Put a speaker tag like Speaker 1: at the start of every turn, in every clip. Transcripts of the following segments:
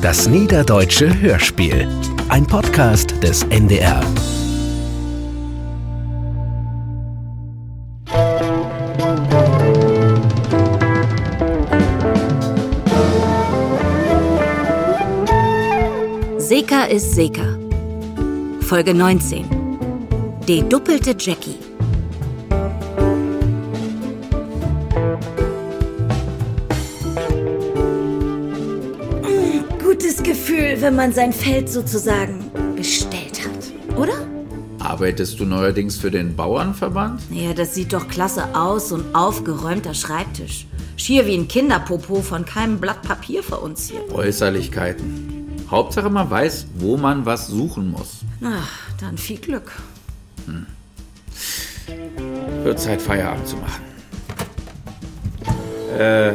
Speaker 1: Das Niederdeutsche Hörspiel. Ein Podcast des NDR.
Speaker 2: Seka ist Seka. Folge 19. Die doppelte Jackie. Hm, Gutes Gefühl, wenn man sein Feld sozusagen bestellt hat, oder?
Speaker 3: Arbeitest du neuerdings für den Bauernverband?
Speaker 2: Ja, das sieht doch klasse aus, so ein aufgeräumter Schreibtisch. Schier wie ein Kinderpopo von keinem Blatt Papier verunziert.
Speaker 3: Äußerlichkeiten. Hauptsache man weiß, wo man was suchen muss.
Speaker 2: Ach, dann viel Glück.
Speaker 3: Wird Zeit, Feierabend zu machen. Äh,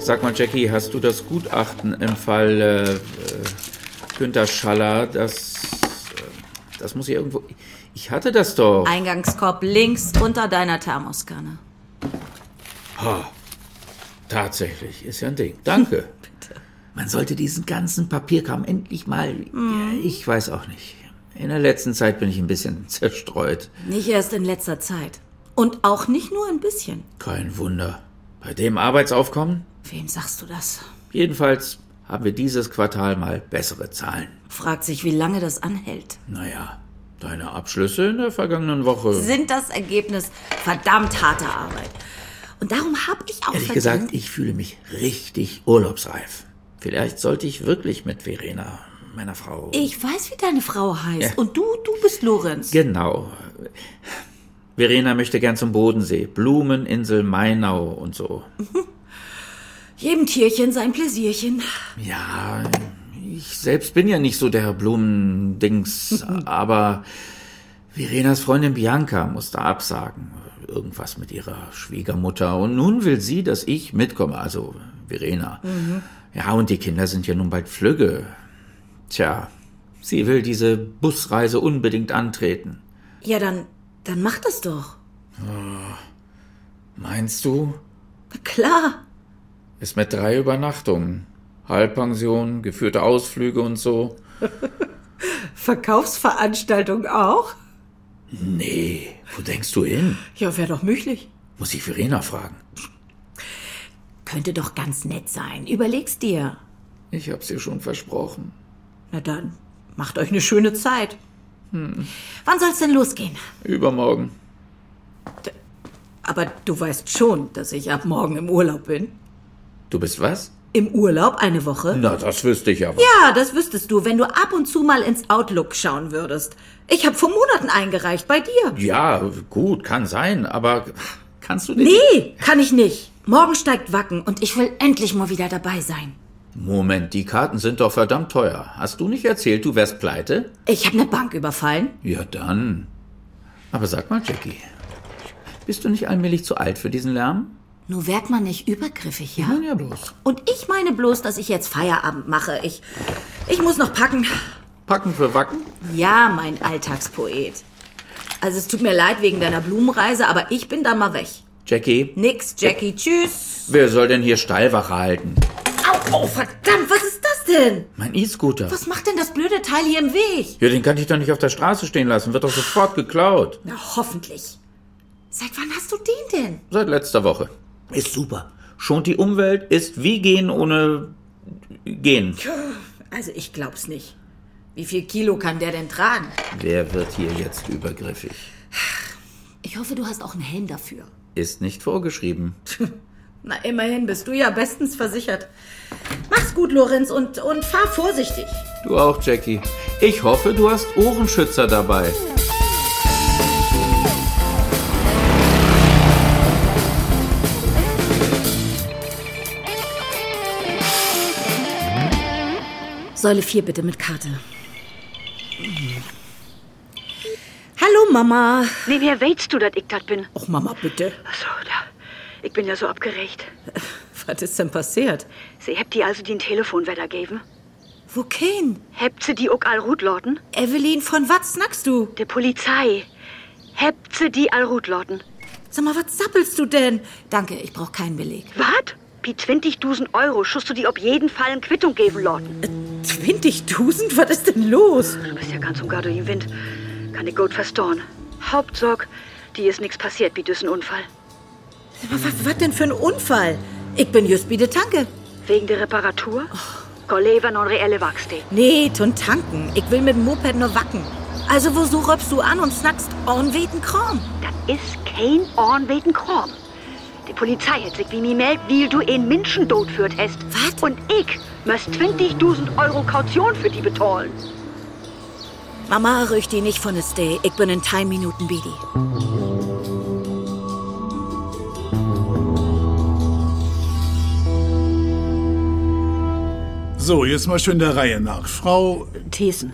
Speaker 3: sag mal, Jackie, hast du das Gutachten im Fall äh, äh, Günter Schaller, das. äh, Das muss ich irgendwo. Ich hatte das doch.
Speaker 2: Eingangskorb links unter deiner Thermoskanne.
Speaker 3: Tatsächlich, ist ja ein Ding. Danke. Man sollte diesen ganzen Papierkram endlich mal. Ja, ich weiß auch nicht. In der letzten Zeit bin ich ein bisschen zerstreut.
Speaker 2: Nicht erst in letzter Zeit. Und auch nicht nur ein bisschen.
Speaker 3: Kein Wunder. Bei dem Arbeitsaufkommen?
Speaker 2: Wem sagst du das?
Speaker 3: Jedenfalls haben wir dieses Quartal mal bessere Zahlen.
Speaker 2: Fragt sich, wie lange das anhält.
Speaker 3: Naja, deine Abschlüsse in der vergangenen Woche.
Speaker 2: Sind das Ergebnis verdammt harter Arbeit. Und darum habe ich auch
Speaker 3: Ehrlich
Speaker 2: verdient-
Speaker 3: gesagt, ich fühle mich richtig urlaubsreif. Vielleicht sollte ich wirklich mit Verena, meiner Frau.
Speaker 2: Ich weiß, wie deine Frau heißt. Und du, du bist Lorenz.
Speaker 3: Genau. Verena möchte gern zum Bodensee, Blumeninsel Mainau und so.
Speaker 2: Jedem Tierchen sein Pläsierchen.
Speaker 3: Ja, ich selbst bin ja nicht so der Blumendings, aber Verenas Freundin Bianca musste absagen. Irgendwas mit ihrer Schwiegermutter. Und nun will sie, dass ich mitkomme, also Verena. Ja, und die Kinder sind ja nun bald flügge. Tja, sie will diese Busreise unbedingt antreten.
Speaker 2: Ja, dann, dann mach das doch.
Speaker 3: Meinst du?
Speaker 2: Na klar.
Speaker 3: Ist mit drei Übernachtungen. Halbpension, geführte Ausflüge und so.
Speaker 2: Verkaufsveranstaltung auch?
Speaker 3: Nee, wo denkst du hin?
Speaker 2: Ja, wäre doch möglich.
Speaker 3: Muss ich Verena fragen.
Speaker 2: Könnte doch ganz nett sein. Überleg's dir.
Speaker 3: Ich hab's dir schon versprochen.
Speaker 2: Na dann, macht euch eine schöne Zeit. Wann soll's denn losgehen?
Speaker 3: Übermorgen.
Speaker 2: Aber du weißt schon, dass ich ab morgen im Urlaub bin.
Speaker 3: Du bist was?
Speaker 2: Im Urlaub eine Woche?
Speaker 3: Na, das wüsste ich aber.
Speaker 2: Ja, das wüsstest du, wenn du ab und zu mal ins Outlook schauen würdest. Ich habe vor Monaten eingereicht, bei dir.
Speaker 3: Ja, gut, kann sein, aber kannst du nicht.
Speaker 2: Nee, kann ich nicht. Morgen steigt Wacken und ich will endlich mal wieder dabei sein.
Speaker 3: Moment, die Karten sind doch verdammt teuer. Hast du nicht erzählt, du wärst pleite?
Speaker 2: Ich habe eine Bank überfallen.
Speaker 3: Ja, dann. Aber sag mal, Jackie, bist du nicht allmählich zu alt für diesen Lärm?
Speaker 2: Nur werd man nicht übergriffig, ja?
Speaker 3: Nun ja, bloß.
Speaker 2: Und ich meine bloß, dass ich jetzt Feierabend mache. Ich, ich muss noch packen.
Speaker 3: Packen für Wacken?
Speaker 2: Ja, mein Alltagspoet. Also es tut mir leid wegen deiner Blumenreise, aber ich bin da mal weg.
Speaker 3: Jackie,
Speaker 2: Nix, Jackie, tschüss.
Speaker 3: wer soll denn hier Stallwache halten?
Speaker 2: Au, au, verdammt, was ist das denn?
Speaker 3: Mein E-Scooter.
Speaker 2: Was macht denn das blöde Teil hier im Weg?
Speaker 3: Ja, den kann ich doch nicht auf der Straße stehen lassen. Wird doch sofort geklaut.
Speaker 2: Na, hoffentlich. Seit wann hast du den denn?
Speaker 3: Seit letzter Woche. Ist super. Schont die Umwelt, ist wie gehen ohne gehen.
Speaker 2: Also, ich glaub's nicht. Wie viel Kilo kann der denn tragen?
Speaker 3: Wer wird hier jetzt übergriffig?
Speaker 2: Ich hoffe, du hast auch einen Helm dafür.
Speaker 3: Ist nicht vorgeschrieben.
Speaker 2: Na, immerhin bist du ja bestens versichert. Mach's gut, Lorenz, und, und fahr vorsichtig.
Speaker 3: Du auch, Jackie. Ich hoffe, du hast Ohrenschützer dabei.
Speaker 2: Säule 4 bitte mit Karte. Hallo, Mama.
Speaker 4: Nee, wer weißt du, dass ich das bin?
Speaker 2: Och, Mama, bitte.
Speaker 4: Ach so, da. Ich bin ja so abgeregt.
Speaker 2: Was ist denn passiert?
Speaker 4: Sie habt die also den Telefonwetter gegeben?
Speaker 2: Wo kein?
Speaker 4: Habt sie die auch all rutloten?
Speaker 2: Evelyn, von was snackst du?
Speaker 4: Der Polizei. Habt sie die all rutloten?
Speaker 2: Sag mal, was zappelst du denn? Danke, ich brauch keinen Beleg.
Speaker 4: Wat? Wie 20.000 Euro schust du die auf jeden Fall in Quittung geben loten.
Speaker 5: 20.000? Was ist denn los?
Speaker 4: Du bist ja ganz und gar durch den Wind. Kann ich gut verstauen. Hauptsorg, die ist nichts passiert, wie düssen Unfall.
Speaker 5: Was denn für ein Unfall? Ich bin just bei der Tanke.
Speaker 4: Wegen der Reparatur? Kollege war non reelle Wachste.
Speaker 5: Nee, tun tanken. Ich will mit dem Moped nur wacken.
Speaker 2: Also wo so röpst du an und snackst onweten Kram?
Speaker 4: Das ist kein Ornbeten Krom. Die Polizei hat sich wie mir meldet, wie du einen Menschen tot führt hast.
Speaker 2: Was?
Speaker 4: Und ich müsst 20.000 Euro Kaution für die betollen.
Speaker 2: Mama rücht die nicht von es Day. Ich bin in 10 Minuten bei dir.
Speaker 6: So, jetzt mal schön der Reihe nach. Frau,
Speaker 4: Thesen.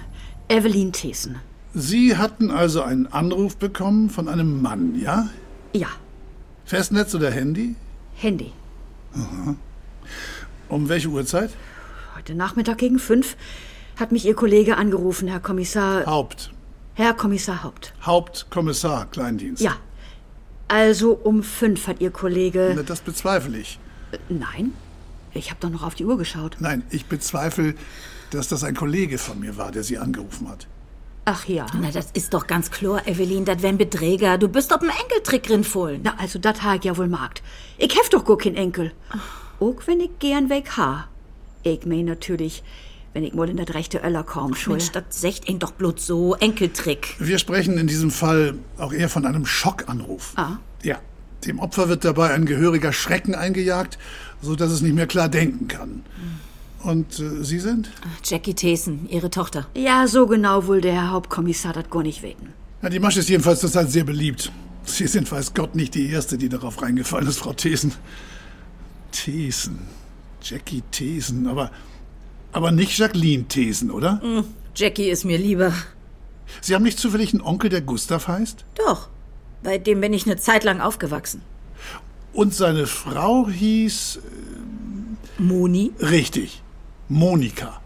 Speaker 4: Evelyn Thesen.
Speaker 6: Sie hatten also einen Anruf bekommen von einem Mann, ja?
Speaker 4: Ja,
Speaker 6: Festnetz oder Handy?
Speaker 4: Handy.
Speaker 6: Um welche Uhrzeit?
Speaker 4: Heute Nachmittag gegen fünf hat mich Ihr Kollege angerufen, Herr Kommissar.
Speaker 6: Haupt.
Speaker 4: Herr Kommissar Haupt.
Speaker 6: Hauptkommissar Kleindienst.
Speaker 4: Ja. Also um fünf hat Ihr Kollege.
Speaker 6: Na, Das bezweifle ich.
Speaker 4: Nein? Ich habe doch noch auf die Uhr geschaut.
Speaker 6: Nein, ich bezweifle, dass das ein Kollege von mir war, der Sie angerufen hat.
Speaker 4: Ach ja.
Speaker 2: Na, das ist doch ganz klar, Evelyn. Das wären Beträger. Du bist auf dem Enkeltrick rinfohlen.
Speaker 4: Na, also dat ha ich ja wohl magt. Ich hef doch gar kein Enkel. Auch wenn ich gern weg ha. Ich mein natürlich, wenn ich mal in das rechte Öller komm, schuld.
Speaker 2: Mensch, das secht ihn doch bloß so. Enkeltrick.
Speaker 6: Wir sprechen in diesem Fall auch eher von einem Schockanruf.
Speaker 4: Ah.
Speaker 6: Ja. Dem Opfer wird dabei ein gehöriger Schrecken eingejagt, so dass es nicht mehr klar denken kann.
Speaker 4: Hm.
Speaker 6: Und äh, Sie sind?
Speaker 2: Jackie Thesen, ihre Tochter.
Speaker 4: Ja, so genau wohl der Herr Hauptkommissar dat gar nicht weten.
Speaker 6: Ja, die Masche ist jedenfalls zurzeit sehr beliebt. Sie sind weiß Gott nicht die Erste, die darauf reingefallen ist, Frau Thesen. Thesen. Jackie Thesen. Aber, aber nicht Jacqueline Thesen, oder?
Speaker 2: Jackie ist mir lieber.
Speaker 6: Sie haben nicht zufällig einen Onkel, der Gustav heißt?
Speaker 2: Doch. Bei dem bin ich eine Zeit lang aufgewachsen.
Speaker 6: Und seine Frau hieß...
Speaker 2: Moni?
Speaker 6: Richtig. Monika.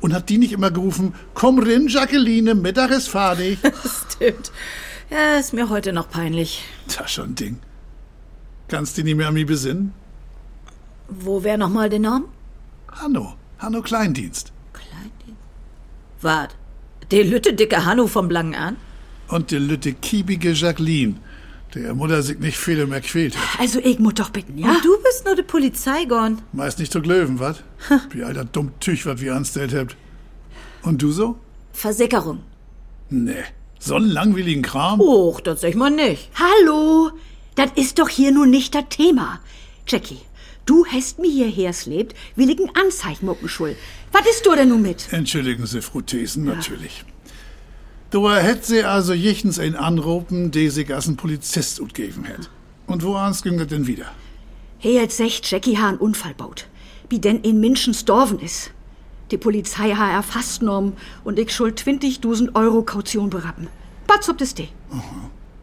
Speaker 6: Und hat die nicht immer gerufen, komm rin, Jacqueline, Mittag ist fertig.
Speaker 2: Stimmt. Ja, ist mir heute noch peinlich.
Speaker 6: das schon Ding. Kannst du nicht mehr an mich besinnen?
Speaker 2: Wo wär noch mal der Name?
Speaker 6: Hanno, Hanno Kleindienst.
Speaker 2: Wart. Der lütte dicke Hanno vom Blangen an?
Speaker 6: und die lütte kiebige Jacqueline, der Mutter sich nicht viel mehr quält hat.
Speaker 4: Also ich muss doch bitten, ja?
Speaker 2: Und du bist nur die Polizei gorn.
Speaker 6: Meist nicht zu glöwen, wat? Wie alter dumm Tüch, wat wir anstellt habt. Und du so?
Speaker 2: Versickerung.
Speaker 6: Nee, so einen langweiligen Kram.
Speaker 2: Och, das sag ich mal nicht.
Speaker 4: Hallo, dat ist doch hier nun nicht dat Thema. Jackie, du hast mir hierher slebt, will ich ein Anzeichen mucken, schuld. Was ist du denn nun mit?
Speaker 6: Entschuldigen Sie, Frau Thesen, natürlich. Du hätt sie also jichtens ein Anrufen, die sich als ein Polizist gut gegeben hätt. Und wo ans ging das denn wieder?
Speaker 4: Hey, jetzt secht Jackie ha einen Unfall baut. Wie denn in München storven ist. Die Polizei ha erfasst norm und ich schuld 20.000 Euro Kaution berappen. Was habt es de?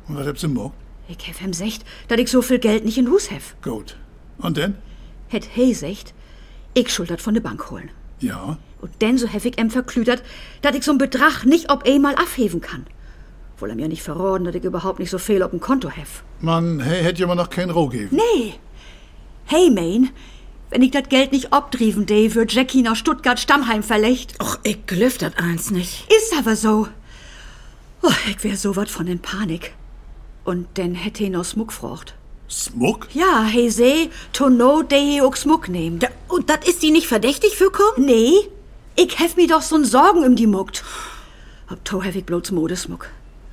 Speaker 6: Und was habt ihr morgen?
Speaker 4: Ich hef ihm secht, dat ich so viel Geld nicht in Hus hef.
Speaker 6: Gut. Und denn?
Speaker 4: Hätt hey secht, ich schuld dat von de Bank holen.
Speaker 6: Ja.
Speaker 4: Und denn so hef ich em verklüdert, dat ich so'n Betrag nicht ob einmal abheben kann. Wohl er mir nicht verraten, dat ich überhaupt nicht so viel auf dem Konto hef.
Speaker 6: Man hey, hätt ja immer noch kein Roh geben.
Speaker 4: Nee. Hey, Main, wenn ich dat Geld nicht obdrieven de, wird Jackie nach Stuttgart-Stammheim verlegt.
Speaker 2: Och, ich glüft das eins nicht.
Speaker 4: Ist aber so. Oh, ich wär so wat von in Panik. Und denn hätte ich noch Smuck frocht.
Speaker 6: Smuck?
Speaker 4: Ja, he seh, to know de auch Smuck nehmen.
Speaker 2: Da, und das ist die nicht verdächtig für kommen?
Speaker 4: nee, ich hef mir doch so'n Sorgen um die muckt. Ob to hef ich bloß Modesmuck.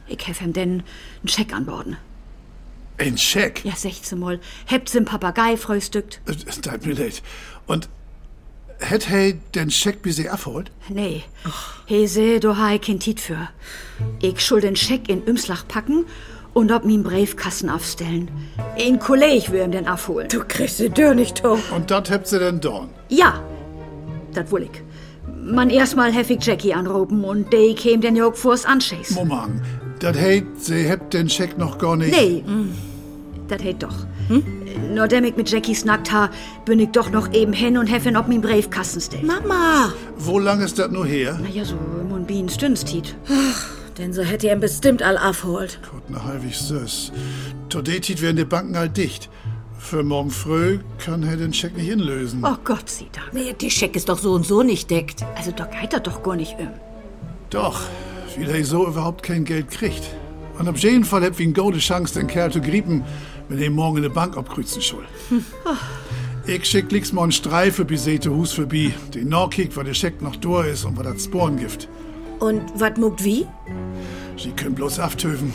Speaker 4: Ich hef ihm denn einen Scheck anborden.
Speaker 6: Ein Scheck.
Speaker 4: Ja, 16 Mal. Hebt's im Papagei frühstückt.
Speaker 6: Äh, Es tut mir leid. Und hätt hey den Scheck bis sie abholt?
Speaker 4: Nee. He seh, do ha ich kein Tiet für. Ich schuld den Scheck in Ümslach packen und ob mir Briefkasten aufstellen. Ein Kolleg will ihm den abholen.
Speaker 5: Du kriegst die Tür nicht hoch.
Speaker 6: Und das habt sie dann dorn.
Speaker 4: Ja, das will ich. Man erstmal heftig Jackie anrufen und de käm den Jörg vors Anschäß.
Speaker 6: Moment, das hey, sie habt den Scheck noch gar nicht.
Speaker 4: Nee, das hätt doch. Hm? Nur dem ich mit Jackie snackt ha, bin ich doch noch eben hin und heffen ob mir Briefkasten
Speaker 5: Hm.
Speaker 4: stellt.
Speaker 2: Mama!
Speaker 6: Wo lang ist das nur her?
Speaker 4: Na ja, so im Bienen stünstit.
Speaker 5: Hm.
Speaker 2: Denn so hätte er ihn bestimmt all abholt.
Speaker 6: Gott, na halbig süß. Today tit werden die Banken halt dicht. Für morgen früh kann er den Scheck nicht inlösen.
Speaker 4: Oh Gott sei Dank.
Speaker 2: Nee, der Scheck ist doch so und so nicht deckt.
Speaker 4: Also da geht er doch gar nicht um.
Speaker 6: Doch, weil er so überhaupt kein Geld kriegt. Und auf jeden Fall habt ihr eine gute Chance, den Kerl zu griepen, wenn ihr morgen in der Bank abkreuzen soll. Ich schick nix mal einen Streife bis sete Hus für bi. Den Norkick, weil der Scheck noch durch ist und weil das Sporengift.
Speaker 5: Und wat muckt wie?
Speaker 6: Sie können bloß aftöfen.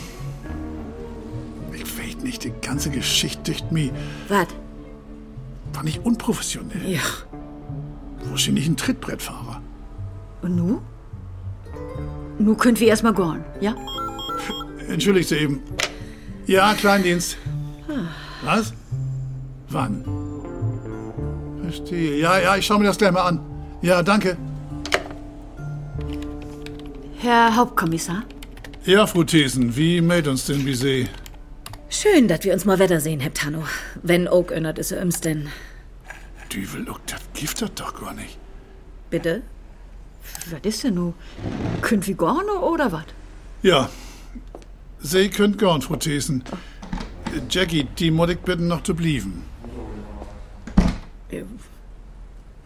Speaker 6: Ich weiß nicht, die ganze Geschichte dicht mir.
Speaker 5: Wat?
Speaker 6: War nicht unprofessionell.
Speaker 5: Ja.
Speaker 6: Wahrscheinlich ein Trittbrettfahrer.
Speaker 4: Und nu? Nu könnt wir erstmal gorn, ja?
Speaker 6: Entschuldigt Sie eben. Ja, Kleindienst. Was? Wann? Verstehe. Ja, ja, ich schaue mir das gleich mal an. Ja, danke.
Speaker 4: Herr Hauptkommissar?
Speaker 6: Ja, Frau Thesen, wie meldet uns denn Bisee?
Speaker 5: Schön, dass wir uns mal wieder sehen, hebt Hanno. Wenn ook önnert ist er üms denn.
Speaker 6: Düvel, look, das gibt das doch gar nicht.
Speaker 5: Bitte?
Speaker 4: Was ist denn nu? Könnt wir gorn oder wat?
Speaker 6: Ja, Sie könnt gehen, Frau Thesen. Äh, Jackie, die muss ich bitten, noch zu blieben.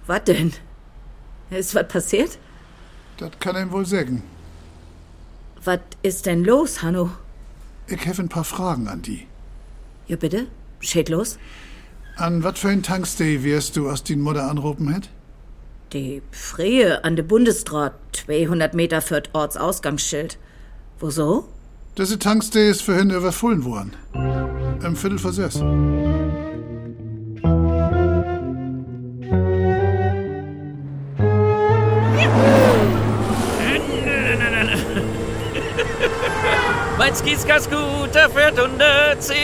Speaker 5: Wat denn? Ist wat passiert?
Speaker 6: Das kann ich wohl sagen.
Speaker 5: Wat ist denn los, Hanno?
Speaker 6: Ich habe ein paar Fragen an die.
Speaker 5: Ja, bitte? Steht los?
Speaker 6: An was für ein Tankstay wärst du aus den Mutter anrufen hätt?
Speaker 5: Die Freie an der Bundesstraat, 200 Meter führt Ortsausgangsschild. Wieso?
Speaker 6: Diese Tankstay ist vorhin überfüllen worden. Im Viertel vor sechs.
Speaker 7: Mein Skiskas-Scooter fährt 110.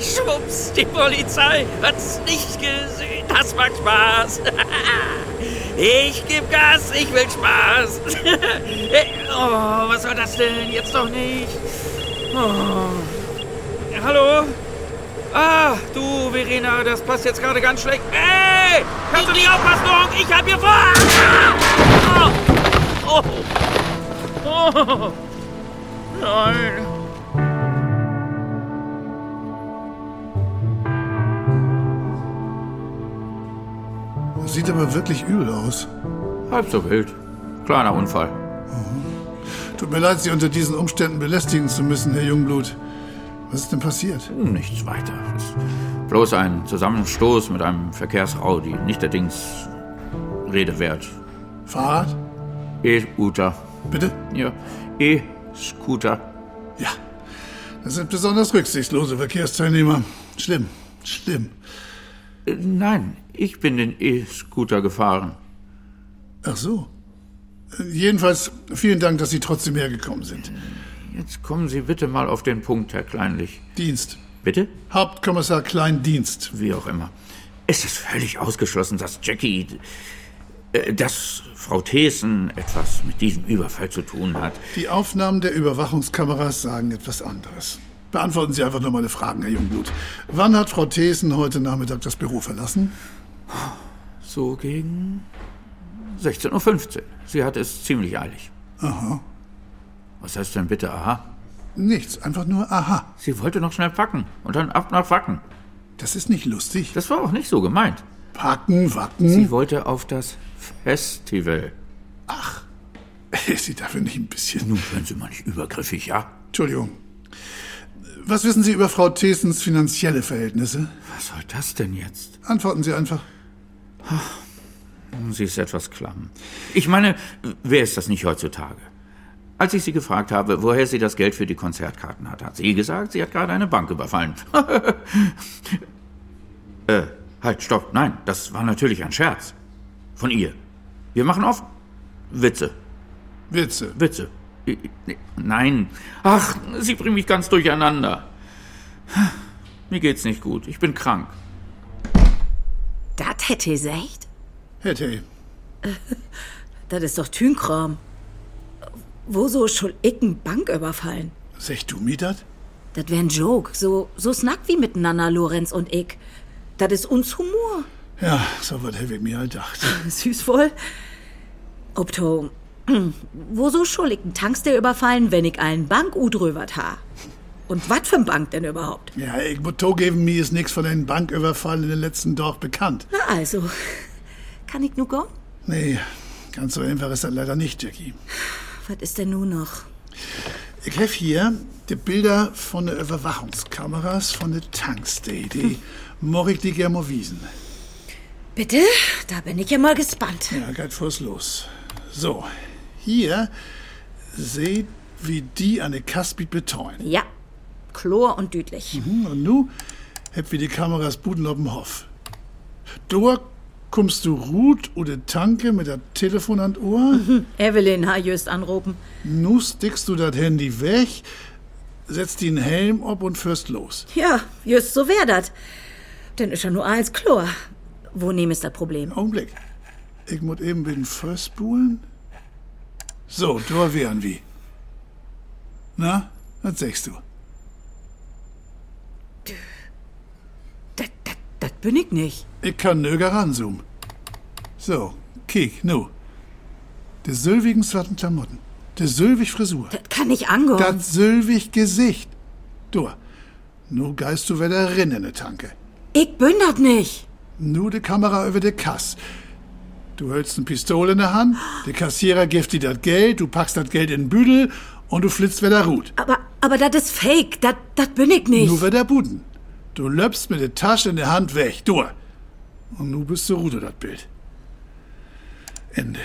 Speaker 7: Schwupps, die Polizei hat's nicht gesehen. Das macht Spaß. Ich geb Gas, ich will Spaß. Oh, was war das denn? Jetzt doch nicht. Oh. Hallo? Ah, du, Verena, das passt jetzt gerade ganz schlecht. Ey, kannst du nicht aufpassen, Honk? Ich hab hier vor... Ah! Oh. Oh. Oh. Nein.
Speaker 6: Das sieht aber wirklich übel aus.
Speaker 3: Halb so wild. Kleiner Unfall.
Speaker 6: Tut mir leid, Sie unter diesen Umständen belästigen zu müssen, Herr Jungblut. Was ist denn passiert?
Speaker 3: Nichts weiter. Es ist bloß ein Zusammenstoß mit einem Verkehrsraudi. Nicht der Dings Rede wert.
Speaker 6: Fahrrad?
Speaker 3: E-Scooter.
Speaker 6: Bitte?
Speaker 3: Ja, E-Scooter.
Speaker 6: Ja. Das sind besonders rücksichtslose Verkehrsteilnehmer. Schlimm. Schlimm.
Speaker 3: Äh, Nein, ich bin den E-Scooter gefahren.
Speaker 6: Ach so. Äh, Jedenfalls, vielen Dank, dass Sie trotzdem hergekommen sind.
Speaker 3: Jetzt kommen Sie bitte mal auf den Punkt, Herr Kleinlich.
Speaker 6: Dienst.
Speaker 3: Bitte?
Speaker 6: Hauptkommissar Klein Dienst.
Speaker 3: Wie auch immer. Es ist völlig ausgeschlossen, dass Jackie, äh, dass Frau Thesen etwas mit diesem Überfall zu tun hat.
Speaker 6: Die Aufnahmen der Überwachungskameras sagen etwas anderes. Beantworten Sie einfach nur meine Fragen, Herr Jungblut. Wann hat Frau Thesen heute Nachmittag das Büro verlassen?
Speaker 3: So gegen 16.15 Uhr. Sie hatte es ziemlich eilig.
Speaker 6: Aha.
Speaker 3: Was heißt denn bitte aha?
Speaker 6: Nichts, einfach nur aha.
Speaker 3: Sie wollte noch schnell packen und dann ab nach Wacken.
Speaker 6: Das ist nicht lustig.
Speaker 3: Das war auch nicht so gemeint.
Speaker 6: Packen,
Speaker 3: Sie
Speaker 6: wacken.
Speaker 3: wollte auf das Festival.
Speaker 6: Ist sie dafür nicht ein bisschen
Speaker 3: Nun seien Sie mal nicht übergriffig, ja?
Speaker 6: Entschuldigung. Was wissen Sie über Frau Thesens finanzielle Verhältnisse?
Speaker 3: Was soll das denn jetzt?
Speaker 6: Antworten Sie einfach.
Speaker 3: Sie ist etwas klamm. Ich meine, wer ist das nicht heutzutage? Als ich sie gefragt habe, woher sie das Geld für die Konzertkarten hat, hat sie gesagt, sie hat gerade eine Bank überfallen. äh, halt, stopp, nein, das war natürlich ein Scherz. Von ihr. Wir machen oft Witze,
Speaker 6: Witze.
Speaker 3: Witze. I- i- Nein. Ach, sie bringen mich ganz durcheinander. Mir geht's nicht gut, ich bin krank.
Speaker 2: Das hätte ich echt.
Speaker 6: Hätte.
Speaker 5: Das ist doch Tünkram. Wieso soll ich n Bank überfallen?
Speaker 6: Sech du mir dat?
Speaker 2: Das wäre ein Joke. So, so snack wie miteinander, Lorenz und ich.
Speaker 5: Das ist uns Humor.
Speaker 6: Ja, so wird Herr mir halt dacht.
Speaker 5: Süß wohl. Obto, wieso soll ich n Tankstelle überfallen, wenn ich einen Bank udröbert ha? Und was für ein Bank denn überhaupt?
Speaker 6: Ja, ich muss zugeben, mir ist nichts von den Banküberfall in den letzten Dorf bekannt.
Speaker 5: Na also, kann ich nur gehen?
Speaker 6: Nee, ganz so einfach ist das leider nicht, Jackie.
Speaker 5: Was ist denn nun noch?
Speaker 6: Ich habe hier die Bilder von den Überwachungskameras von der Tankstelle. Die mag ich dir gerne mal wiesen.
Speaker 5: Bitte? Da bin ich ja mal gespannt.
Speaker 6: Ja, geht vor's los. So, hier seht, wie die an der Kaspit betreuen.
Speaker 5: Ja, Chlor und Düdlich.
Speaker 6: Hm, Und nu habt wir die Kameras Buden auf dem Hof. Da kommst du ruht oder Tanke mit der Telefon an das Ohr.
Speaker 5: Evelyn ha just anrufen.
Speaker 6: Nu stickst du das Handy weg, setzt den Helm ab und fährst los.
Speaker 5: Ja, just so wär dat. Denn ist ja nur als Chlor. Wo nehm ist das Problem?
Speaker 6: Augenblick. Ich muss eben den First buhlen. So, da wären wir. Na, was sagst du?
Speaker 2: Das, das, das bin ich nicht.
Speaker 6: Ich kann nöger ranzoomen. So, kiek, nu. De sylvigen zwarten Klamotten. De sylvig Frisur.
Speaker 2: Das kann ich angehen.
Speaker 6: Das sylvig Gesicht. Du, nu geist du wieder rinne ne Tanke.
Speaker 2: ich bin das nicht.
Speaker 6: Nu de Kamera über de Kass. Du hältst ne Pistole in der Hand, der Kassierer gibt dir dat Geld, du packst dat Geld in den Büdel und du flitzt wieder rut.
Speaker 2: Aber, aber das ist fake. Das, das bin ich nicht.
Speaker 6: Nu wieder Buden. Du löpst mit der Tasche in der Hand weg, du. Und nu bist du Rute, dat Bild. Ende.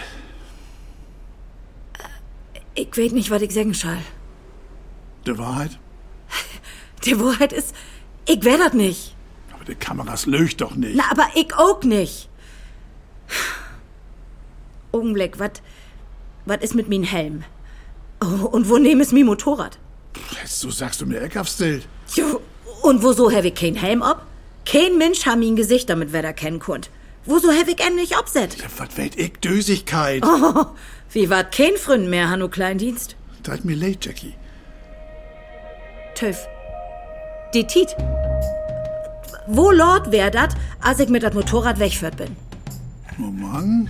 Speaker 2: Ich weiß nicht, was ich sagen soll.
Speaker 6: Der Wahrheit?
Speaker 2: Die Wahrheit ist, ich wär das nicht.
Speaker 6: Aber die Kameras löcht doch nicht.
Speaker 2: Na, aber ich auch nicht.
Speaker 5: Augenblick, wat, wat ist mit min Helm? Oh, und wo nehm ist mi Motorrad?
Speaker 6: Jetzt du sagst du mir Eckhaftstelt.
Speaker 5: Jo, und wieso hab ich kein Helm ab? Kein Mensch ha min Gesicht, damit wer da kennen konnt. Wieso hab ich en nicht abset?
Speaker 6: Ja, was weet ich? Dösigkeit.
Speaker 2: Oh.
Speaker 5: Wie wart kein Fründ mehr, Hanno Kleindienst?
Speaker 6: Seid mir leid, Jackie.
Speaker 5: Töff. Die Tiet. Wo Lord wär dat, als ich mit dat Motorrad wegführt bin?
Speaker 6: Moment.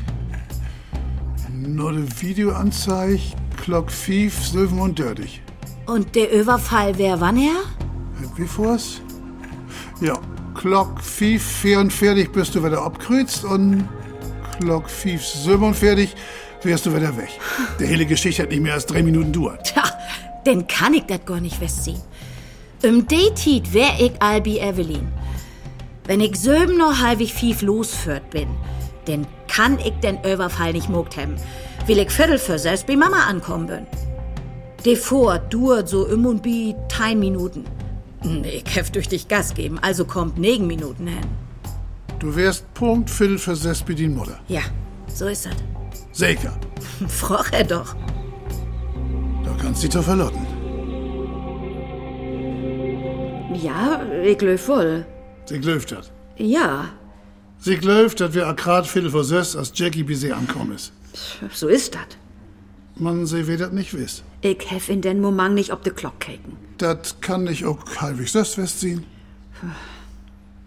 Speaker 6: Nur de Videoanzeige, Glock 5, Silven und Dördig.
Speaker 2: Und der Überfall wär wann her?
Speaker 6: Wie vor's? Ja, Glock 5, 44 bist du wieder abkreuzt und Glock 5, 47 wärst du wieder weg. Der hele Geschichte hat nicht mehr als drei Minuten dauert.
Speaker 2: Tja, denn kann ich das gar nicht wegziehen. Im Daytit wär ich Albi Evelyn. Wenn ich söben noch halbig fief losführt bin, denn kann ich den Überfall nicht mogt haben, will ich viertel für selbst bei Mama ankommen bin. Devor duert so im und bi tein Minuten.
Speaker 5: Hm, Ich hef durch dich Gas geben, also kommt negen Minuten hin.
Speaker 6: Du wärst Punkt Viertel für sechs bei den Mutter.
Speaker 5: Ja, so ist dat.
Speaker 6: Säker.
Speaker 5: Froch er doch.
Speaker 6: Da kannst du dich doch verlotten.
Speaker 4: Ja, ich löf wohl.
Speaker 6: Sie glöft hat.
Speaker 4: Ja,
Speaker 6: Sie glöft, dass wir akkurat Viertel vor sechs, als Jackie bis sie ankommen ist.
Speaker 4: so ist dat.
Speaker 6: Man sie weder nicht wiss.
Speaker 4: Ich hef in den Moment nicht ob de Glock keken.
Speaker 6: Dat kann ich auch halbwegs sechs festziehen.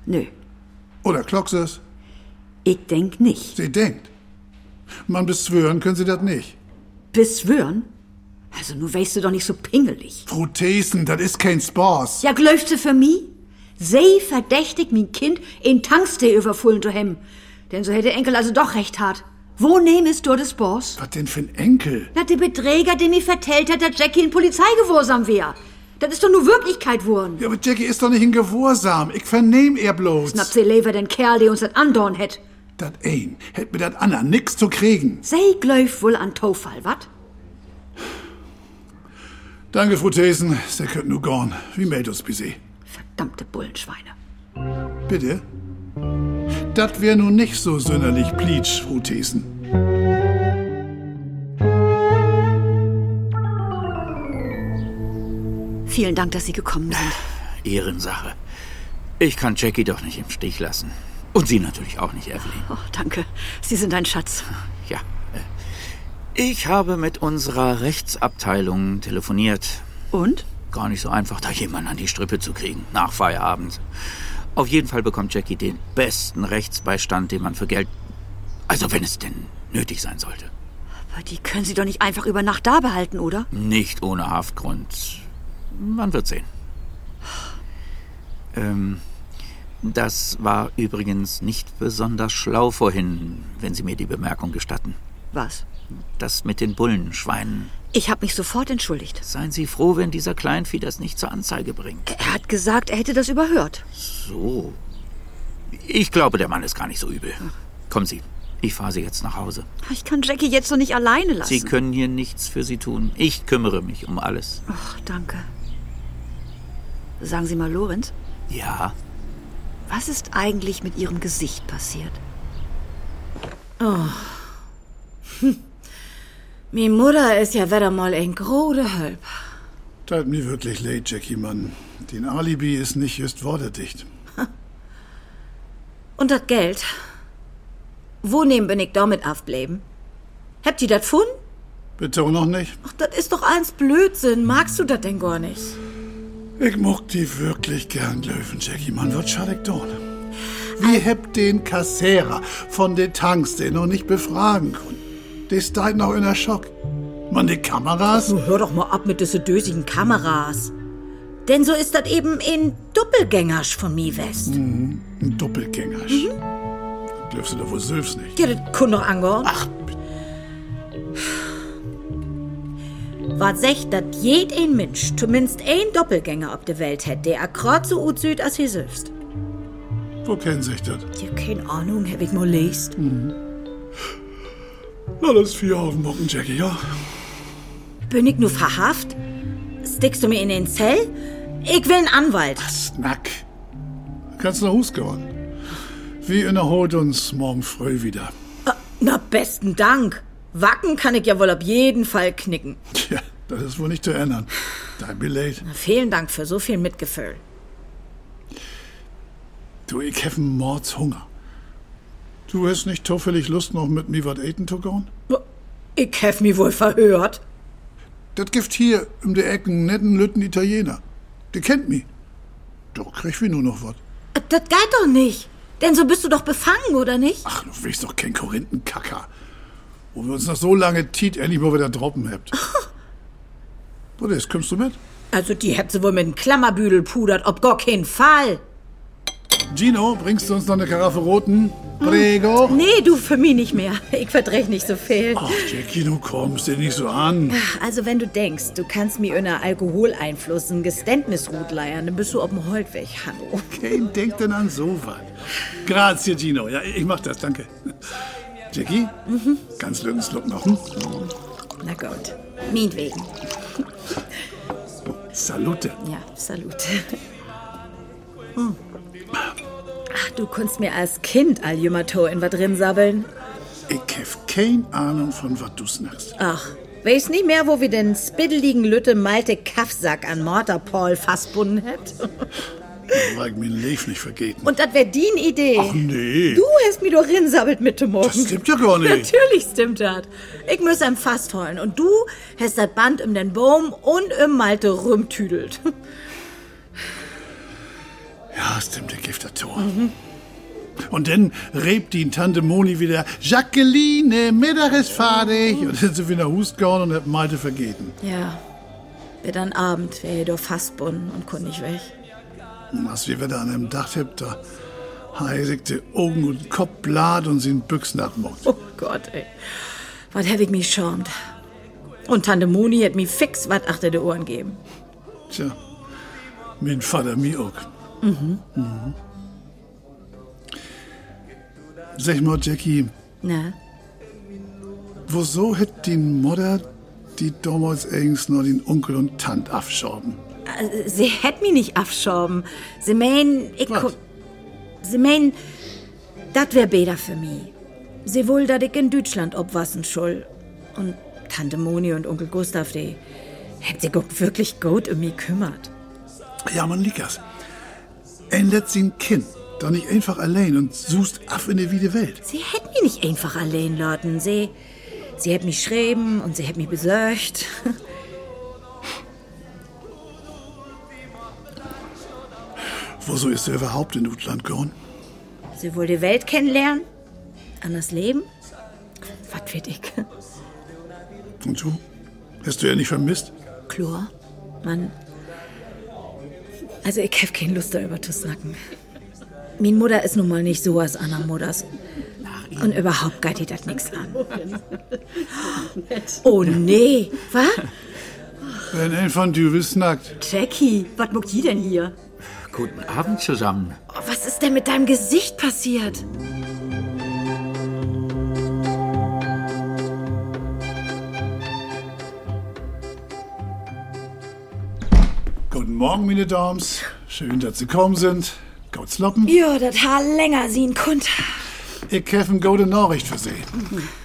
Speaker 4: Nö,
Speaker 6: Oder Glock sechs.
Speaker 4: ich denk nicht.
Speaker 6: Sie denkt. Man beschwören können sie dat nicht.
Speaker 4: Bis würn? Also, nu wärst du doch nicht so pingelig.
Speaker 6: Prothesen, dat ist kein Spaß.
Speaker 4: Ja, glöfte für mi? Sei verdächtig, mein Kind, in Tankste überfüllen zu hemmen. Denn so hätte Enkel also doch recht hart. Wo nehm ist du des Boss?
Speaker 6: Was denn für ein Enkel?
Speaker 4: Na, der Beträger, der mir vertellt hat, dass Jackie in Polizeigehorsam wär. Das ist doch nur Wirklichkeit worden.
Speaker 6: Ja, aber Jackie ist doch nicht in Gewohrsam. Ich vernehm er bloß.
Speaker 4: Schnapp sie lever den Kerl, der uns das andorn hätt.
Speaker 6: Dat ein, hätt mit dat Anna nix zu kriegen.
Speaker 4: Sei gläuf wohl an Taufall, wat?
Speaker 6: Danke, Prothesen. Sie könnt nur gorn. Wie meldet uns bis sie?
Speaker 4: Verdammte Bullenschweine.
Speaker 6: Bitte? Dat wär nun nicht so sünderlich pleatsch, Prothesen.
Speaker 4: Vielen Dank, dass Sie gekommen sind.
Speaker 3: Ehrensache. Ich kann Jackie doch nicht im Stich lassen. Und sie natürlich auch nicht, Evelyn.
Speaker 4: Oh, danke. Sie sind ein Schatz.
Speaker 3: Ja. äh, Ich habe mit unserer Rechtsabteilung telefoniert.
Speaker 4: Und?
Speaker 3: Gar nicht so einfach, da jemanden an die Strippe zu kriegen. Nach Feierabend. Auf jeden Fall bekommt Jackie den besten Rechtsbeistand, den man für Geld. Also, wenn es denn nötig sein sollte.
Speaker 4: Aber die können Sie doch nicht einfach über Nacht da behalten, oder?
Speaker 3: Nicht ohne Haftgrund. Man wird sehen. Ähm, das war übrigens nicht besonders schlau vorhin, wenn Sie mir die Bemerkung gestatten.
Speaker 4: Was?
Speaker 3: Das mit den Bullenschweinen.
Speaker 4: Ich habe mich sofort entschuldigt.
Speaker 3: Seien Sie froh, wenn dieser Kleinvieh das nicht zur Anzeige bringt.
Speaker 4: Er hat gesagt, er hätte das überhört.
Speaker 3: So. Ich glaube, der Mann ist gar nicht so übel. Kommen Sie, ich fahre Sie jetzt nach Hause.
Speaker 4: Ich kann Jackie jetzt so nicht alleine lassen.
Speaker 3: Sie können hier nichts für Sie tun. Ich kümmere mich um alles.
Speaker 4: Ach, danke. Sagen Sie mal, Lorenz,
Speaker 3: Ja,
Speaker 4: was ist eigentlich mit Ihrem Gesicht passiert?
Speaker 2: Mi Mutter ist ja wieder mal ein grode Hölp.
Speaker 6: Tat mir wirklich leid, Jackie, Mann. Den Alibi ist nicht just wortedicht.
Speaker 2: Und das Geld. Wo nehmen bin ich damit ableben? Habt ihr das gefunden?
Speaker 6: Bitte auch noch nicht.
Speaker 2: Ach, das ist doch alles Blödsinn. Magst du das denn gar nicht?
Speaker 6: Ich muck die wirklich gern, Löwen, Jackie, Mann. Was schadet doch? Wir habt den Kassierer von den Tanks, den noch nicht befragen können. Der ist da noch in der Schock. Mann, die Kameras?
Speaker 2: Oh, Hör doch mal ab mit diese dösigen Kameras. Denn so ist das eben ein Doppelgängersch von mir West.
Speaker 6: Ein Doppelgänger. Mhm. Dürfst du doch wohl selbst nicht.
Speaker 2: Ja, das kann doch angehören. Ach. Was sagt, dass jed ein Mensch zumindest ein Doppelgänger auf der Welt hätt, der akkurat so gut sieht, als hier selbst.
Speaker 6: Wo kennen sich das?
Speaker 2: Ja, keine Ahnung, hab ich mal lest.
Speaker 6: Na, das vier auf den Mocken, Jackie, ja?
Speaker 2: Bin ich nur verhaft? Stickst du mir in den Zell? Ich will einen Anwalt.
Speaker 6: Snack. Kannst nach Hus gehen. Wir erholt uns morgen früh wieder.
Speaker 2: Na, besten Dank. Wacken kann ich ja wohl auf jeden Fall knicken.
Speaker 6: Tja, das ist wohl nicht zu ändern. Dein Beleid.
Speaker 2: Vielen Dank für so viel Mitgefühl.
Speaker 6: Du, ich hab einen Mordshunger. Du hast nicht zufällig Lust, noch mit mir was eten zu gehen?
Speaker 2: Ich hef mich wohl verhört.
Speaker 6: Das gibt hier um die Ecken einen netten Lütten Italiener. Der kennt mich. Doch krieg wir nur noch was.
Speaker 2: Das geht doch nicht. Denn so bist du doch befangen, oder nicht?
Speaker 6: Ach, du willst doch kein Korinthenkacker. Wo wir uns nach so lange Tiet endlich mal wieder droppen habt. Bruder, jetzt kommst du mit?
Speaker 2: Also die hätt sie wohl mit einem Klammerbüdel pudert, ob gar keinen Fall.
Speaker 6: Gino, bringst du uns noch eine Karaffe Roten? Prego?
Speaker 2: Nee, du für mich nicht mehr. Ich verdrech nicht so viel.
Speaker 6: Ach, Jackie, du kommst dir nicht so an.
Speaker 5: Also wenn du denkst, du kannst mir unter Alkoholeinfluss ein Geständnisrut leiern, dann bist du auf dem Holtweg, Hanno.
Speaker 6: Wen denkt denn an sowas? Grazie, Gino. Ja, ich mach das, danke. Jackie, ganz Lüttenslook noch. Hm?
Speaker 5: Na gut.
Speaker 2: Meinetwegen.
Speaker 6: Salute.
Speaker 5: Ja, salut. Hm. Ach, du konntest mir als Kind all Jümmerto in was drin sabbeln.
Speaker 6: Ich hab keine Ahnung, von was du snackst.
Speaker 5: Ach, weiß nicht mehr, wo wir den spiddeligen Lütte Malte Kaffsack an Mortarpaul fassbunden hätt.
Speaker 6: War ich mir Leif nicht vergeten.
Speaker 5: Und das wär din Idee.
Speaker 6: Ach nee,
Speaker 5: Du hast mir doch rinsabbelt mit dem Morgen.
Speaker 6: das stimmt ja gar nicht.
Speaker 5: Natürlich stimmt das. Ich muss am Fass holen und du hast das Band um den Baum und im Malte rumtüdelt.
Speaker 6: Ja, stimmt, der Giftertor. Und dann rebt die Tante Moni wieder, Jacqueline, Mittag ist fertig. Und dann sind wir nach Hus gehauen und hab Malte vergeten.
Speaker 5: Ja, wird dann Abend, wär jedoch fassbunden und kon nicht weg.
Speaker 6: Und als wir wieder an dem Dach hebt, da heisig der Augen und Kopf blad und sie in Büchsen abmuckt.
Speaker 5: Oh Gott, ey. Was hab ich mich schäumt. Und Tante Moni hat mir fix was achter de Ohren geben.
Speaker 6: Tja, mein Vater mir auch. Mhm. Sag mal, Jackie,
Speaker 5: Na,
Speaker 6: wieso hat die Mutter die damals eigens noch den Onkel und Tant abschoben?
Speaker 5: äh, sie hätt mich nicht abschoben. Sie meinen, ich
Speaker 6: Was?
Speaker 5: ko- Sie meinen, dat wär besser für mich. Sie wohl, dat ich in Deutschland obwassen schul. Und Tante Moni und Onkel Gustav, die hätt sich auch wirklich gut um mich kümmert.
Speaker 6: Ja, man liegt das. Ein letzten Kind, doch nicht einfach allein und suchst auf in die wide Welt.
Speaker 5: Sie hätt mich nicht einfach allein lassen. Sie, sie hätt mich schreiben und sie hätt mich besorgt.
Speaker 6: Wieso ist er überhaupt in Utland gehauen?
Speaker 5: Sie wohl die Welt kennenlernen? Anders leben? Was wird ich?
Speaker 6: Und du? Hast du ja nicht vermisst?
Speaker 5: Chlor? Mann. Also ich habe keine Lust darüber zu snacken. Min Mutter ist nun mal nicht so als andere Mutters. Und überhaupt geht ihr das nichts an. Oh nee, was?
Speaker 6: Wenn ein von Düvel snackt.
Speaker 4: Jackie, was muckt die denn hier?
Speaker 3: Guten Abend zusammen.
Speaker 5: Oh, was ist denn mit deinem Gesicht passiert?
Speaker 6: Guten Morgen, meine Dames. Schön, dass Sie gekommen sind. Gott's Loppen.
Speaker 5: Ja, das Haar länger sehen kund.
Speaker 6: Ich habe eine gute Nachricht für Sie.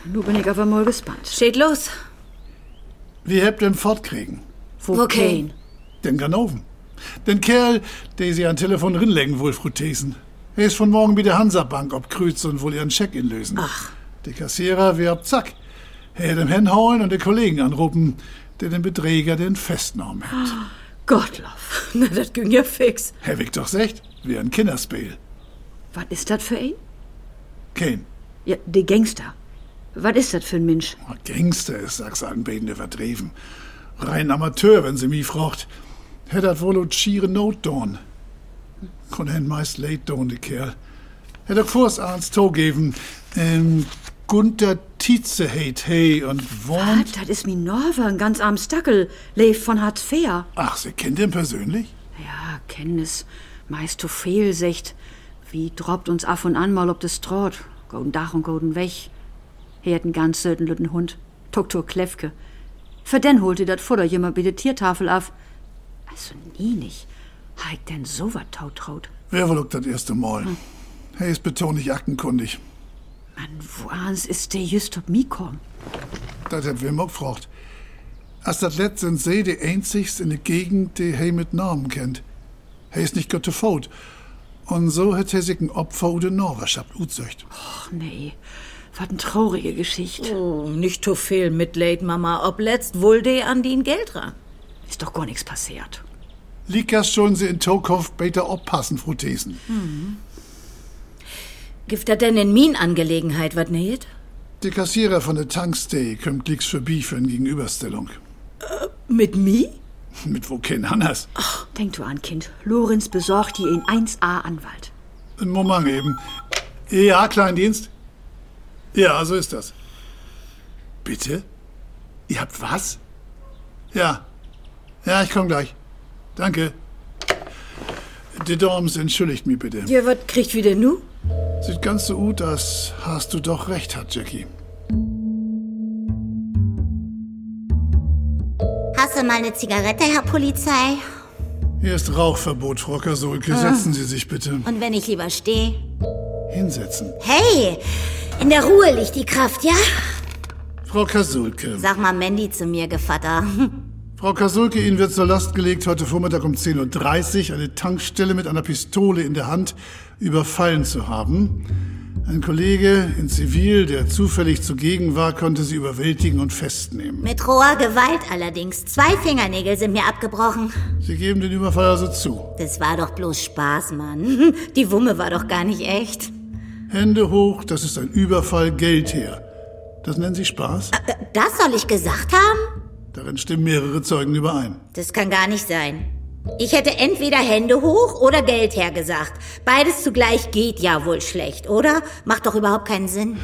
Speaker 4: Nun bin ich aber mal gespannt.
Speaker 5: Steht los.
Speaker 6: Wir habt den fortkriegen.
Speaker 5: Okay.
Speaker 6: Den Ganoven. Den Kerl, der Sie an Telefon rinlegen wohl, Frau Thesen. Er ist von morgen bei der Hansabank ob Krüz und wohl ihren Scheck inlösen. Ach. Der Kassierer wär ab zack. Er dem Herrn heulen und den Kollegen anrufen, der den Beträger den festgenommen hat.
Speaker 5: Ah.
Speaker 4: Gottlob,
Speaker 5: Na, das ging ja fix.
Speaker 6: Herr Wick doch secht, wär ein Kinderspiel.
Speaker 4: was ist das für ein?
Speaker 6: Kein.
Speaker 4: Ja, der Gangster. Was ist das für ein Mensch?
Speaker 6: Ein Gangster ist, sag's anbetende Verdreven. Rein Amateur, wenn sie mich fragt. Hätt hat wohl und schiere Not dorn. Kon hen meist late dorn, die Kerl. Hätt auch vors Arns to geben. Ähm, Gunther Tietze hate hey und wohnt.
Speaker 4: Ah, Das ist mir Norwer, ein ganz arm Stackel. Leif von Hartfeer.
Speaker 6: Ach, sie kennt ihn persönlich?
Speaker 4: Ja, Kenntnis. Meist zu viel, secht. Wie droppt uns af und an mal ob das Trott. Golden Dach und golden Weg. Hier hat einen ganz söten lütten Hund. Doktor Klefke. Für den holte dat Futter jemand bei der Tiertafel af. Also nie nicht. Heik denn so wat tautraut.
Speaker 6: Wer wohl auch das erste Mal? Hey, ist betont aktenkundig.
Speaker 4: Man, woans ist der just ob mi komm?
Speaker 6: Das hat Wim auch gefragt. Als das letztens See die einzigst in der Gegend, die hey mit Namen kennt. Hey ist nicht Gott fault. Und so hat er sich ein Opfer oder Norwerschaft utzöcht.
Speaker 4: Ach nee, wat ein traurige Geschicht.
Speaker 5: Oh, nicht zu viel Mitleid, Mama. Ob letzt wohl de an den Geld ran.
Speaker 4: Ist doch gar nichts passiert.
Speaker 6: Liegt das schon sie in Tokow besser obpassen, Frau Thesen.
Speaker 5: Gibt das denn in min Angelegenheit wat nicht?
Speaker 6: Der Kassierer von der Tankstay kommt liegt für Bi für eine Gegenüberstellung.
Speaker 5: Mit mi?
Speaker 6: Mit wo kein anders.
Speaker 4: Denk du an, Kind. Lorenz besorgt dir in 1A-Anwalt.
Speaker 6: Ein Moment eben. Ja, Kleindienst. Ja, so ist das. Bitte? Ihr habt was? Ja. Ja, ich komme gleich. Danke. Die Dorms entschuldigt mich bitte.
Speaker 5: Ja, wat kriegt wieder nu?
Speaker 6: Sieht ganz so gut aus, hast du doch recht, hat Jackie.
Speaker 8: Hast du mal eine Zigarette, Herr Polizei?
Speaker 6: Hier ist Rauchverbot, Frau Kasulke. Setzen Sie sich bitte.
Speaker 8: Und wenn ich lieber stehe?
Speaker 6: Hinsetzen.
Speaker 8: Hey, in der Ruhe liegt die Kraft, ja?
Speaker 6: Frau Kasulke.
Speaker 8: Sag mal Mandy zu mir, Gevatter.
Speaker 6: Frau Kasulke, Ihnen wird zur Last gelegt, heute Vormittag um 10.30 Uhr eine Tankstelle mit einer Pistole in der Hand überfallen zu haben. Ein Kollege in Zivil, der zufällig zugegen war, konnte sie überwältigen und festnehmen.
Speaker 8: Mit roher Gewalt allerdings. Zwei Fingernägel sind mir abgebrochen.
Speaker 6: Sie geben den Überfall also zu.
Speaker 8: Das war doch bloß Spaß, Mann. Die Wumme war doch gar nicht echt.
Speaker 6: Hände hoch, das ist ein Überfall, Geld her. Das nennen Sie Spaß?
Speaker 8: Das soll ich gesagt haben?
Speaker 6: Darin stimmen mehrere Zeugen überein.
Speaker 8: Das kann gar nicht sein. Ich hätte entweder Hände hoch oder Geld hergesagt. Beides zugleich geht ja wohl schlecht, oder? Macht doch überhaupt keinen Sinn.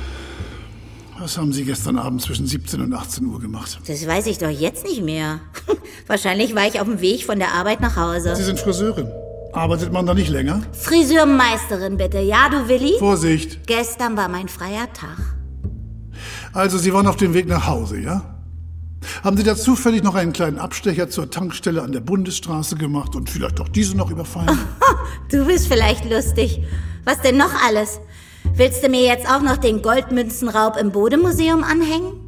Speaker 6: Was haben Sie gestern Abend zwischen 17 und 18 Uhr gemacht?
Speaker 8: Das weiß ich doch jetzt nicht mehr. Wahrscheinlich war ich auf dem Weg von der Arbeit nach
Speaker 6: Sie
Speaker 8: Hause.
Speaker 6: sind Friseurin. Arbeitet man da nicht länger?
Speaker 8: Friseurmeisterin bitte, ja du Willi?
Speaker 6: Vorsicht!
Speaker 8: Gestern war mein freier Tag.
Speaker 6: Also, Sie waren auf dem Weg nach Hause, ja? Haben Sie da zufällig noch einen kleinen Abstecher zur Tankstelle an der Bundesstraße gemacht und vielleicht doch diese noch überfallen?
Speaker 8: Du bist vielleicht lustig. Was denn noch alles? Willst du mir jetzt auch noch den Goldmünzenraub im Bodemuseum anhängen?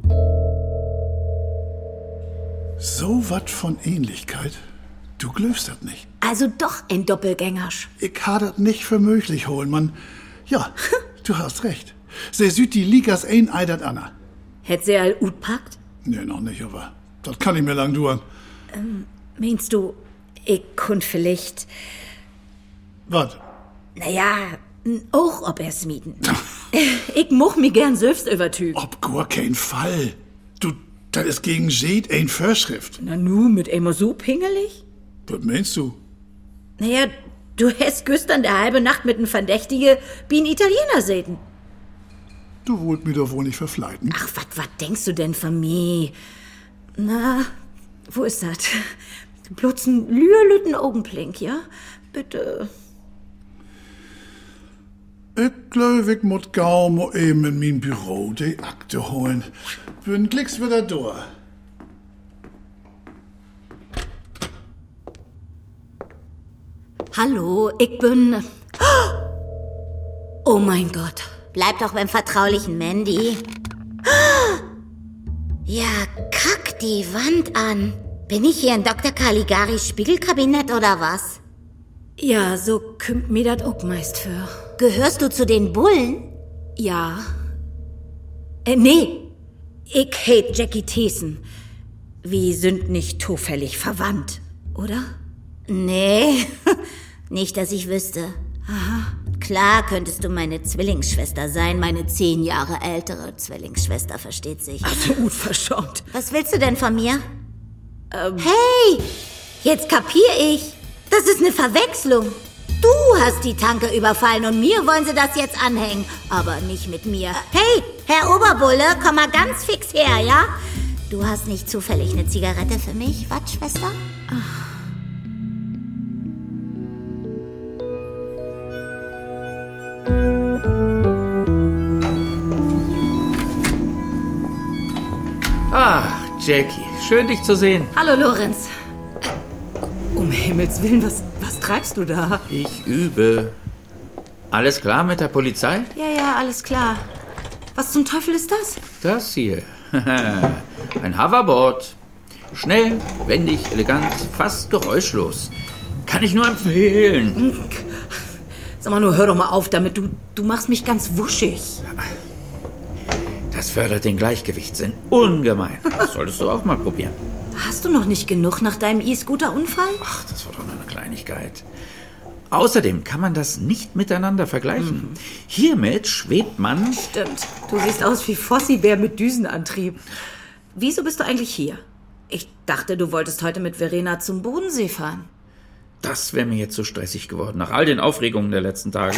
Speaker 6: so was von Ähnlichkeit? Du glöfst das nicht.
Speaker 2: Also doch ein Doppelgängersch.
Speaker 6: Ich ha das nicht für möglich holen, Mann. Ja, du hast recht. Se süd die Ligas ein eidert Anna.
Speaker 2: Hätt sie all gut packt?
Speaker 6: Nee, noch nicht, aber das kann ich mir lang dauern.
Speaker 2: Meinst du, ich kund vielleicht,
Speaker 6: Wat?
Speaker 2: naja, n auch ob er's mieten. ich moch mi gern selbst übertügen.
Speaker 6: Ob gar kein Fall. Du, das ist gegen jed ein Vorschrift.
Speaker 2: Na nu, mit immer so pingelig?
Speaker 6: Was meinst du?
Speaker 2: Naja, du hättest gestern der halbe Nacht mit einem Verdächtigen wie ein Italiener säten.
Speaker 6: Du wollt mir doch wohl nicht verfleiten.
Speaker 2: Ach, was, was denkst du denn von mir? Na, wo ist das? Bloß ein lüerlütten Augenblink, ja? Bitte.
Speaker 6: Ich glaube, ich muss kaum mal eben ehm in mein Büro die Akte holen. Für einen Klicks wieder durch.
Speaker 2: Hallo, ich bin. Oh mein Gott.
Speaker 8: Bleib doch beim vertraulichen Mandy. Ja, kack die Wand an. Bin ich hier in Dr. Caligaris Spiegelkabinett oder was?
Speaker 2: Ja, so kümmt mir das auch meist für.
Speaker 8: Gehörst du zu den Bullen?
Speaker 2: Ja. Äh, nee. Ich hate Jackie Thesen. Wir sind nicht zufällig verwandt, oder?
Speaker 8: Nee, nicht, dass ich wüsste. Klar könntest du meine Zwillingsschwester sein, meine zehn Jahre ältere Zwillingsschwester, versteht sich.
Speaker 2: Unverschämt.
Speaker 8: Was willst du denn von mir? Hey, jetzt kapier ich. Das ist eine Verwechslung. Du hast die Tanke überfallen und mir wollen sie das jetzt anhängen. Aber nicht mit mir. Hey, Herr Oberbulle, komm mal ganz fix her, ja? Du hast nicht zufällig eine ne Zigarette für mich, was, Schwester?
Speaker 3: Ach, Jackie, schön dich zu sehen.
Speaker 2: Hallo, Lorenz. Um Himmels Willen, was, was treibst du da?
Speaker 3: Ich übe. Alles klar mit der Polizei?
Speaker 2: Ja, ja, alles klar. Was zum Teufel ist das?
Speaker 3: Das hier. Ein Hoverboard. Schnell, wendig, elegant, fast geräuschlos. Kann ich nur empfehlen.
Speaker 2: Sag mal nur, hör doch mal auf damit. Du, du machst mich ganz wuschig.
Speaker 3: Das fördert den Gleichgewichtssinn ungemein. Das solltest du auch mal probieren.
Speaker 2: Hast du noch nicht genug nach deinem E-Scooter-Unfall?
Speaker 3: Ach, das war doch nur eine Kleinigkeit. Außerdem kann man das nicht miteinander vergleichen. Hiermit schwebt man.
Speaker 2: Stimmt. Du siehst aus wie Fossibär mit Düsenantrieb. Wieso bist du eigentlich hier? Ich dachte, du wolltest heute mit Verena zum Bodensee fahren.
Speaker 3: Das wäre mir jetzt so stressig geworden, nach all den Aufregungen der letzten Tage.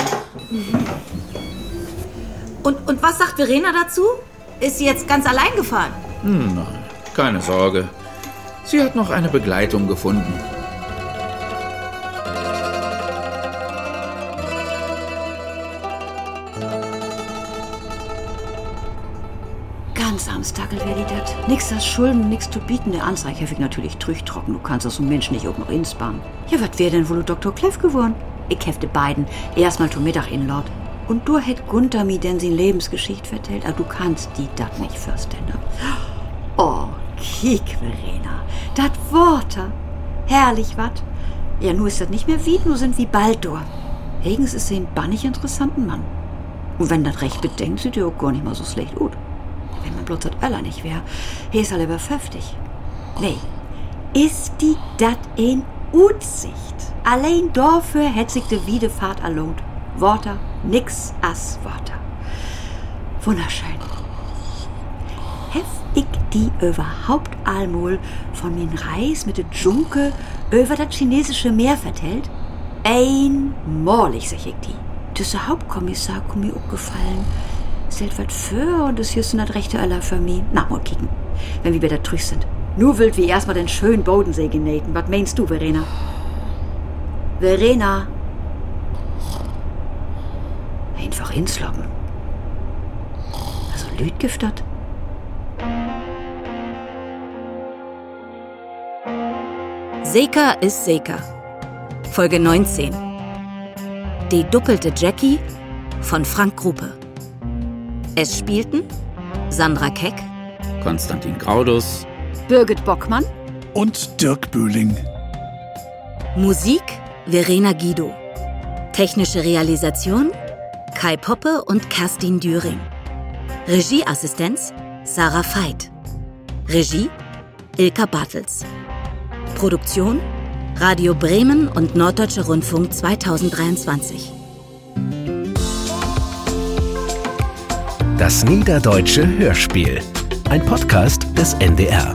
Speaker 2: Und, und was sagt Verena dazu? Ist sie jetzt ganz allein gefahren?
Speaker 3: Keine Sorge. Sie hat noch eine Begleitung gefunden.
Speaker 4: Ganz am Stackel wär die dat. Nix das Schulden, nix zu bieten. Der Anzeiger wird natürlich trüchtrocken. Du kannst aus dem Menschen nicht auch noch insparen. Ja, wat wär denn wohl Dr. Kleff geworden? Ich hefte beiden. Erstmal zum Mittag in Lord. Und du hätt Gunther mir denn sin Lebensgeschichte vertellt, aber du kannst die dat nicht verstehen. Oh, kiek, Verena. Dat Worte. Herrlich, wat? Ja, nu ist dat nicht mehr wie, nu sind wie Baldur. Hegens ist ein bannig interessanten Mann. Und wenn dat recht bedenkt, sieht er auch gar nicht mal so schlecht aus. Wenn man bloß das Öller nicht wär, he ist halt über 50. Nee, ist die dat in Utsicht? Allein dafür hätt sich de Wiedefahrt erlohnt. Worter, nix as Worter. Wunderschön. Hef ich die überhaupt allmol von min Reis mit de Dschunke über das chinesische Meer vertellt? Einmalig, sag ich die. Düsse Hauptkommissar kum mir auch gefallen. Stellt wat für und das hier sind das rechte aller für mich. Na, mal kicken, wenn wir wieder trüch sind. Nur wild wie erstmal den schönen Bodensee genähten. Was meinst du, Verena? Verena! Einfach hinsloppen. Also Lüd giftet.
Speaker 2: Seka ist Seka. Folge 19. Die doppelte Jackie von Frank Gruppe. Es spielten Sandra Keck,
Speaker 3: Konstantin Graudus,
Speaker 4: Birgit Bockmann?
Speaker 6: Und Dirk Böhling.
Speaker 2: Musik Verena Guido, technische Realisation Kai Poppe und Kerstin Düring, Regieassistenz Sarah Veit, Regie Ilka Bartels, Produktion Radio Bremen und Norddeutscher Rundfunk 2023.
Speaker 1: Das Niederdeutsche Hörspiel. Ein Podcast des NDR.